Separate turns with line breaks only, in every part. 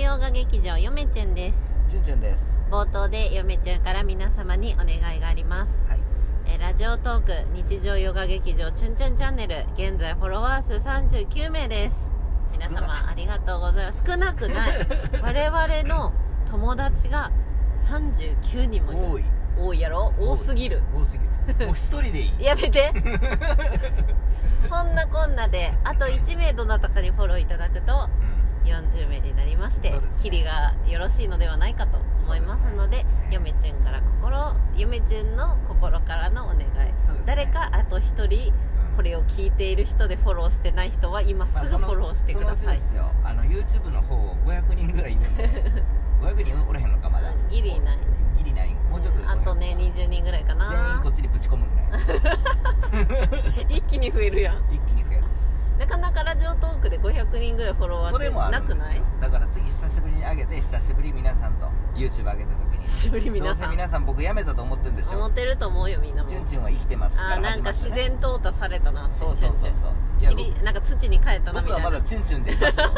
洋画劇場よめちゅんです
じゅんじゅんです。
冒頭でよめちゅんから皆様にお願いがあります
はい。
えーラジオトーク日常ヨガ劇場チュンチュンチャンネル現在フォロワー数39名です皆
少な
様ありがとうございます少なくない 我々の友達が39人もいる
多い。
多いやろ多すぎる
多すぎ る。もう一人でいい。
やめ てそんなこんなであと1名どなたかにフォローいただくと
うん
40名になりまして、
そうですね
キリがよろしいのではないかと思いますので
そうです
嫁ちゅんから心嫁ちゅんの心からのお願い、
そうですね
誰かあと1人これを聞いている人でフォローしてない人は今
まあ
すぐフォローしてくだ
その
さ
う
い
ち、ですよ。あの YouTube の方500人ぐらいいるんで。500人 おらへんのかまだ。
ギリいない。
ギリない。もうちょっとで
うんあとね
500
20人ぐらいか
全員こ
な
っちにぶち込むんで。
一気に増えるやん
一気に増やす。
なかなかラジオトークで500人ぐらいフォロワー
そ
っ
れ
て
もある
なん
で
く
すよ
ない
だから次久しぶりに上げて久しぶりに皆さんと YouTube 上げた時に
久しぶり皆
どう
さ
せ
ん
皆さん僕辞めたと思って るんでし
思
ょ
ってると思うよみんなも
じゅんじゅんは生きてますから
あーなんか自
始まってね
然淘汰されたな
そうそうそうそういや
知りなんか土に帰ったなみ
僕
た
はいまだ
な
チュンチュンでいますよ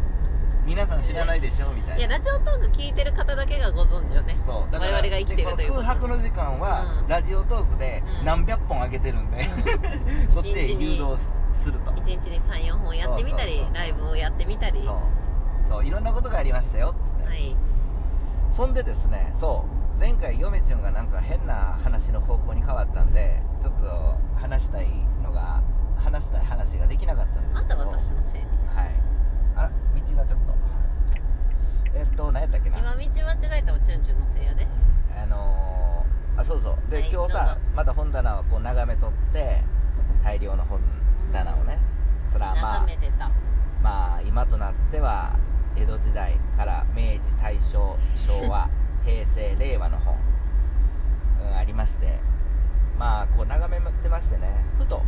皆さん知らないでしょみた
い
い
や
な
ラジオトーク聞いてる方だけがご存知よね
そうだから
我々が生きてるという
この空白の時間は、
うん
ラジオトークで
うん
何百本上げてるんで、 そっちへ誘導すすると
1日に34本やってみた
そう
り
そうそうそう
ライブをやってみたり
そう
は
そういろんなことがありましたよっつって、
い
そんでですねそう前回ヨメちゃんがなんか変な話の方向に変わったんでちょっと話したいのが話したい話ができなかったんで
ます
け
た
ど
私のせいに
はいあら道がちょっとえっと何やったっけな
今道間違えたもチュンチュンのせいやで
あのーあそうそうで、
はい
今日
ど
さ
うぞ
また本棚をこう眺めとって大量の本棚をねそらま
眺
あ
めてた
まあ今となっては江戸時代から明治大正 昭和平成令和の本、うん、ありましてまあこう眺めてましてねふと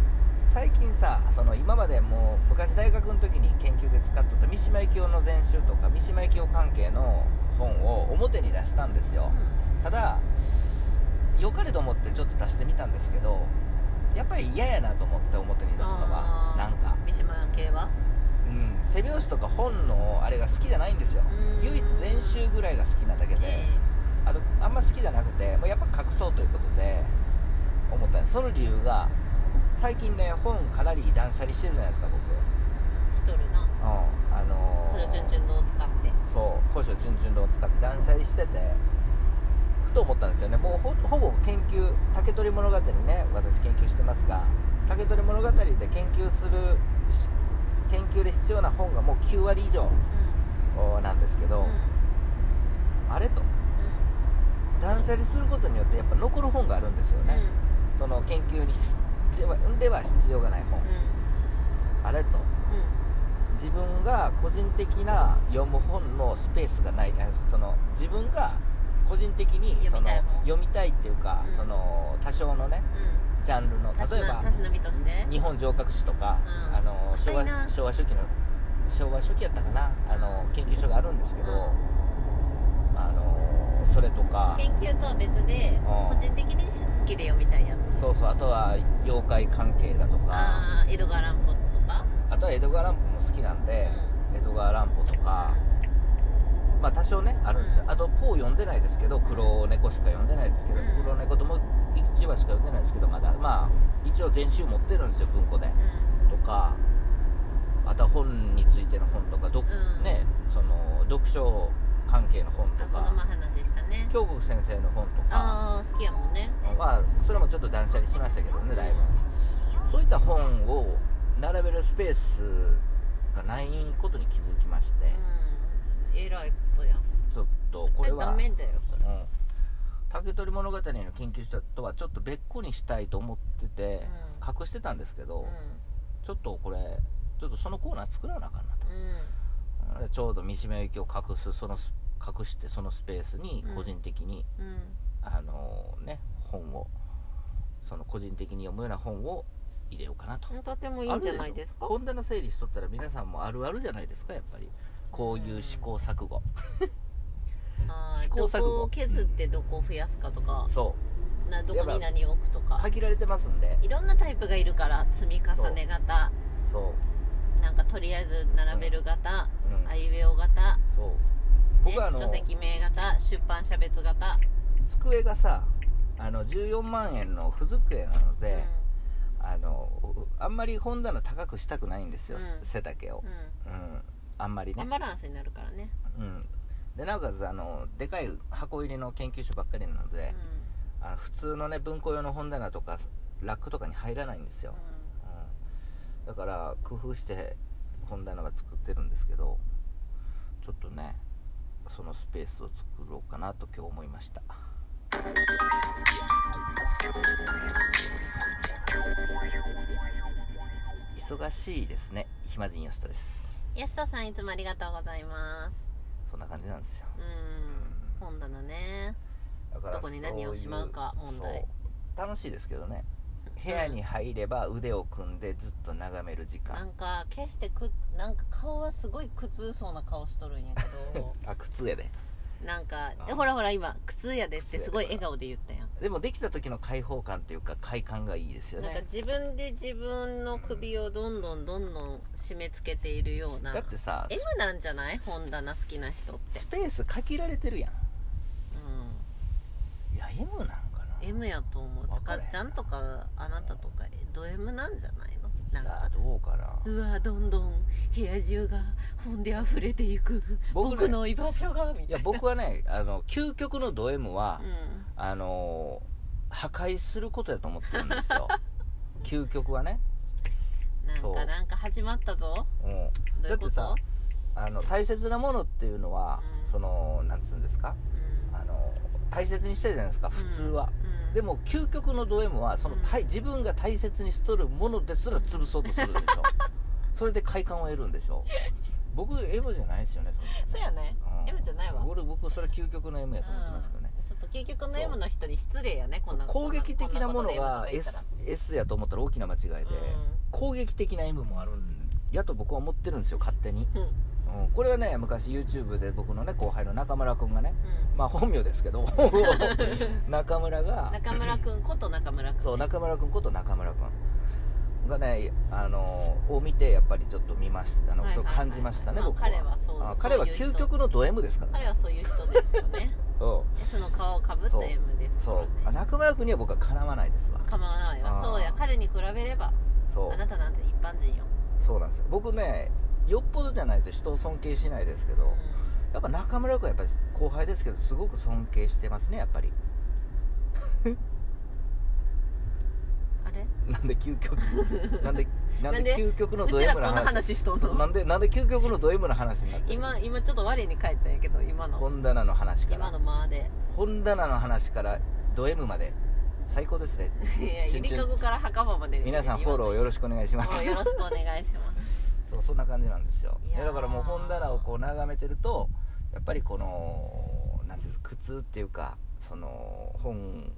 最近さその今までもう昔大学の時に研究で使っとった三島由紀夫の全集とか三島由紀夫関係の本を表に出したんですよ、ただ良かれと思ってちょっと出してみたんですけどやっぱり嫌やなと思って表に出すのは
あー
なんか、
三島系は
うん、背表紙とか本のあれが好きじゃないんですよ
うーん
唯一全集ぐらいが好きなだけで、
え
あとあんま好きじゃなくてもうやっぱ隠そうということで思ったんですその理由が最近ね本かなり断捨離してるじゃないですか僕、う、
ーしとるなん
あの
こ
ー
のチュンチュンのを使って
そう古書チュンチュン堂を使って断捨離しててふと思ったんですよねもうほほぼ研究竹取物語ね私研究してますが竹取物語で研究するし研究で必要な本がもう9割以上おなんですけ
うん
ど、
うん
あれと断捨離することによってやっぱ残る本があるんですよ
うん
ね、その研究にではでは必要がない本、あれと
うん
自分が個人的な読む本のスペースがないあその自分が個人的にそ
読み
の
たい本
読みたいっていうか、
うん
その多少のね
うんうん
ジャンルの
たし
例えば
なたしなみとして
日本上覚史とか、
うん
あの昭
硬いな
和昭和初期の昭和初期やったかなあの研究所があるんですけど、
うん
あのそれとか
研究とは別で個人的に好きで読みたいやつ
そうそうあとは妖怪関係だとか
ああ江戸川乱歩とか
あとは江戸川乱歩も好きなんで、江戸川乱歩とかまあ多少ねあるんですよ、
うん
あと「ポー読んでないですけど「黒猫」しか読んでないですけど
うん
「黒猫」とも1話しか読んでないですけどまだまあ一応全集持ってるんですよ文庫で
うんうん
とかあとは本についての本とかど、
うん
ねその読書関係の本と
あこの前
か
話したね
京極先生の本とか
ああ好きやもんね
まあそれもちょっと断捨離しましたけどねだいぶそういった本を並べるスペースがないことに気づきまして、
うんえらいことや
ちょっとこ
こ
れ
れ
は
ダメだよそれ
うん竹取物語の研究者とはちょっと別個にしたいと思ってて、隠してたんですけど、ちょっとこれちょっとそのコーナー作らなあかんな
うんうん
と、でちょうど三島由紀夫を隠すそのス隠してそのスペースに
うん
個人的に、
うん
あのね本をその個人的に読むような本を入れようかなと、
うんとてもいいんじゃないですか
本棚整理しとったら皆さんもあるあるじゃないですかやっぱりこういう試行錯誤、
はーい
試行錯誤
どこを削ってどこを増やすかとか
そ
などこに何を置くと
う
か
限られてますんで
いろんなタイプがいるから積み重ね型
そう
なんかとりあえず並べる型
うん
あいうえお型
そう僕あの
書籍名型出版社別型
机がさあの14万円の不机なので、あのあんまり本棚高くしたくないんですよ、
うん
背丈を
うん、う
うんあんまり
ん、ア
ね
ンバランスになるからね、
うんでなおかつあのでかい箱入りの研究所ばっかりなの
うん
で、あの普通のね文庫用の本棚とかラックとかに入らないんですよ、うん、だから工夫して本棚は作ってるんですけどちょっとねそのスペースを作ろうかなと今日思いました忙しいですね暇人吉田です
うん、安田さんいつもありがとうございます
そんな感じなんですよ
うん本棚ね
だから
どこに何を
そういう
しまうか問題
そう楽しいですけどね部屋に入れば腕を組んでずっと眺める時
な
間
んか決してくなんか顔はすごい苦痛そうな顔しとるんやけ ど
あ靴やで
なんか
あ
でほらほら今苦痛やでって
苦痛やです
ごい笑顔で言ったやん
でもできた時の開放感っていうか快感がいいですよ
なんか
ね
自分で自分の首をどんどんどんどん締め付けているような
だってさ
M なんじゃない本棚好きな人って
スペース限られてるやん
う
いや M なんかなん
M やと思う
わ
つかっ
かれへん
ちゃんとかあなたとかド M なんじゃないのなん
いや
か
どうかな
うわどんどん部屋中が本で溢れていく
僕
僕,、
ね
の居場所がみ
い
た
や
いな
僕はねあの究極のド M は、
うん
あのー破壊することだと思ってるんで すよ究極はね、
なん
そう
かなんか始まったぞ
うん、
どういうこと
だってあの大切なものっていうのは、
うん
そのなんつうんですか
うん
あの大切にしてるじゃないですか普通は、、
うん
でも究極のド M はその大、自分が大切にしとるものですら潰そうとするでし ょそれで快感を得るんでしょ僕 M じゃないですよねそ
そうやね、
うん
M じゃないわ
俺僕それ究極の M やと思ってますけどね、
ちょっと究極の M の人に失礼やねこんな
攻撃的なもの
こんな
が
ことで M と
S,
か
S やと思ったら大きな間違いで、
言ったら
攻撃的な M もあるんやと僕は思ってるんですよ勝手に、
うん
うんこれはね昔 YouTube で僕のね後輩の中村君がね
うん
まあ本名です けど中村
うん
が
中村くんこと中村くん
そう中村君こと中村君がねあのを見てやっぱりちょっと見ましたあの、
はいはいはい
そう感じましたね
まあ
僕は
彼はそう
あ彼は
そういう人
究極のド M ですから
彼はそういう人ですよね
うん
その顔をかぶっ
そう
た M ですか
そう
ら、ね、
あ中村君には僕はかなわないですわ
構わないわ
あー
そうや彼に比べれば
そ
あな
う
たなんて一般人よ、
そうなんですよ僕ねよっぽどじゃないと人を尊敬しないですけど、
う
やっぱ中村君はやっぱり後輩ですけどすごく尊敬してますねやっぱり
ん、あれ
なんで究 極なんでな
なんんで
で究極の
う
ド
ち
M
ら
の
こんな話しとん
そうな
の
んでなんで究極のド M の話になってる
今今ちょっと我に返ったんやけど今の
本棚の話から
今の間で
本棚の話からド M まで最高で すね
いやゆりかごから墓場まで
皆さんフォローよろしくお願いしま
もう
す
よろしくお願いします
そうそんな感じなんですよ
いやー
いやだからもう本棚をこう眺めてるとやっぱりこのなんていうんです苦痛っていうかその本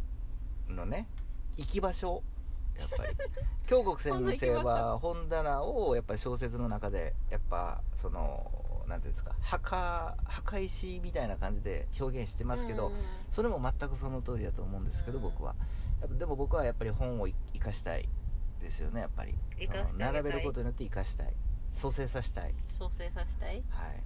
のね行き場所やっ ぱり京極先生は本棚をやっぱり小説の中でやっぱそのなんていうんですか墓墓石みたいな感じで表現してますけど、
うん
それも全くその通りだと思うんですけど、
うん
僕はやっぱでも僕はやっぱり本をい生かしたいですよねやっぱり
生かしてあげたい
その並べることによって生かしたい蘇生させたい、
蘇生させたい
はい、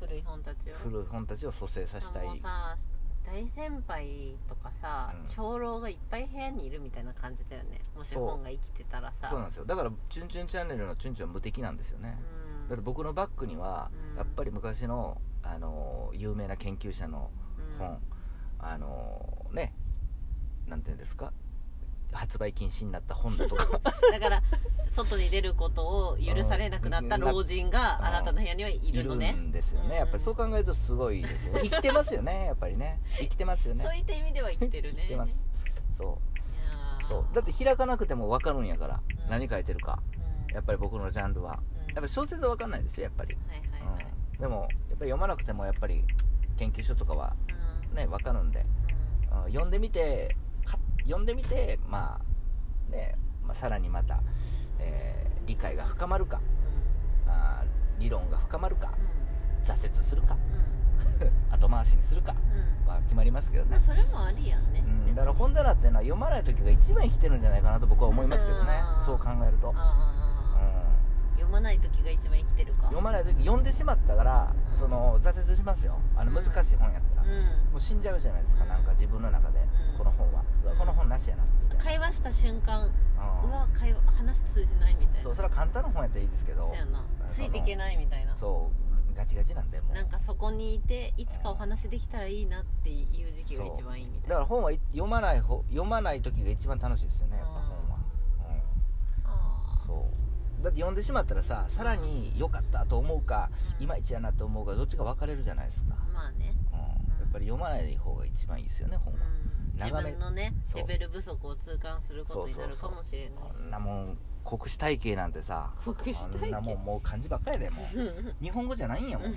古い本たちを
古い本たちを蘇生させたい
もうさ大先輩とかさ、
うん
長老がいっぱい部屋にいるみたいな感じだよねもし
そう
本が生きてたらさ
そうなんですよだから「チュンチュンチャンネル」のチュンチュンは無敵なんですよね、
うん
だって僕のバッグには
うん
やっぱり昔の、あの有名な研究者の
うん
本、あのねなんていうんですか発売禁止になった本だとか
だから外に出ることを許されなくなった老人
うん
があなたの部屋にはいるのね
んですよ
うんう
ね
ん
やっぱりそう考えるとすごいですよ ね生きてますよねやっぱりね生きてますよね
そういった意味では生きてるね
生きてますそ
いうやー
そうだって開かなくても分かるんやから、
うん
何書いてるか
うん
やっぱり僕のジャンルは
うん
やっぱ小説は分かんないですよやっぱり、
はいはいはい、
うん、でもやっぱり読まなくてもやっぱり研究書とかはね分かるんで、
う
うん読んでみてか読んでみてまあね、まあ、さらにまた、えー理解が深まるかあー理論が深まるか
んうん
挫折するか
うんうん
後回しにするか
うん
は決まりますけど
ま
ね
あ、それもありやんね、
うん、だから
別に
本棚っていうのは読まない時が一番生きてるんじゃないかなと僕は思いますけどね
うん
そう考えると、うん、
ああ、読まない時が一番生きてるか
読まない時読んでしまったからその挫折しますよあの
うん
難しい本やったら、も
う
う死んじゃうじゃないですか、
うん
なんか自分の中で、
うん
この本はうわこの本なしやなみた
ん
い
会話した瞬間
な、
う
うん
わ会話話通じないみたいな
そうそれは簡単な本やったらいいですけど
そうやな
あの
ついていけないみたいな
そうガチガチなんでもう
なんかそこにいていつかお話できたらいいなっていう時期が一番いいみたい
だ
な
から本は読まないほ読まない時が一番楽しいですよねやっぱ本は、
あ
うん、そうだって読んでしまったらささらに良かったと思うか
うん
いまいちやなと思うかどっちか分かれるじゃないですか、
ーまあね、
うん、やっぱり読まない方が一番いいですよね
う
本は、
ん、自
眺め
分のね
そう
レベル不足を痛感することになるかもしれない
こんなもん国史体系なんてさ
国史体系
こんなもんもう漢字ばっかりでもう日本語じゃないんやもんもう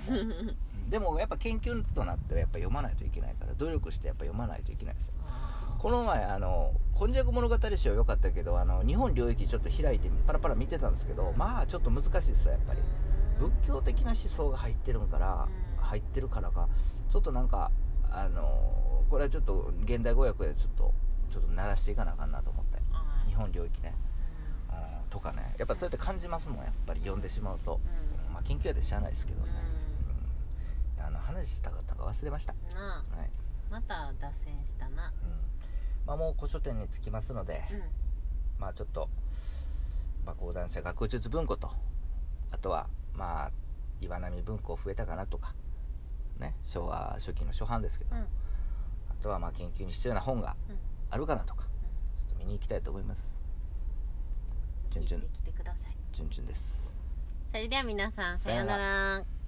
でもやっぱ研究となってはやっぱ読まないといけないから努力してやっぱ読まないといけないですよ
あー
この前あの「こんじゃく物語賞」良かったけどあの日本領域ちょっと開いてパラパラ見てたんですけどまあちょっと難しいですよやっぱり
うん
仏教的な思想が入ってるんから
うん
入ってるからかちょっとなんかあのこれはちょっと現代語訳でちょっとちょっと鳴らしていかなあかんなと思って
あー
日本領域ね、
う
うん、とかねやっぱそうやって感じますもんやっぱり読んでしまう
ん
と、
うん
まあ研究やで知らないですけどね、
う
うん、あの話したかったか忘れました、
んなあ
はい
また脱線したな
うんまあ、もう古書店に着きますので、
うん
まあちょっと、まあ、講談社学術文庫とあとはまあ岩波文庫増えたかなとかね昭和初期の初版ですけど、
うん
あとはまあ研究に必要な本が
うん
あるかなとかちょっと見に行きたいと思います
う
チュ
ん
ンチ
聞
ュ
いて
ン
きてください
チュンチュンです
それでは皆さんさような
さよ
ら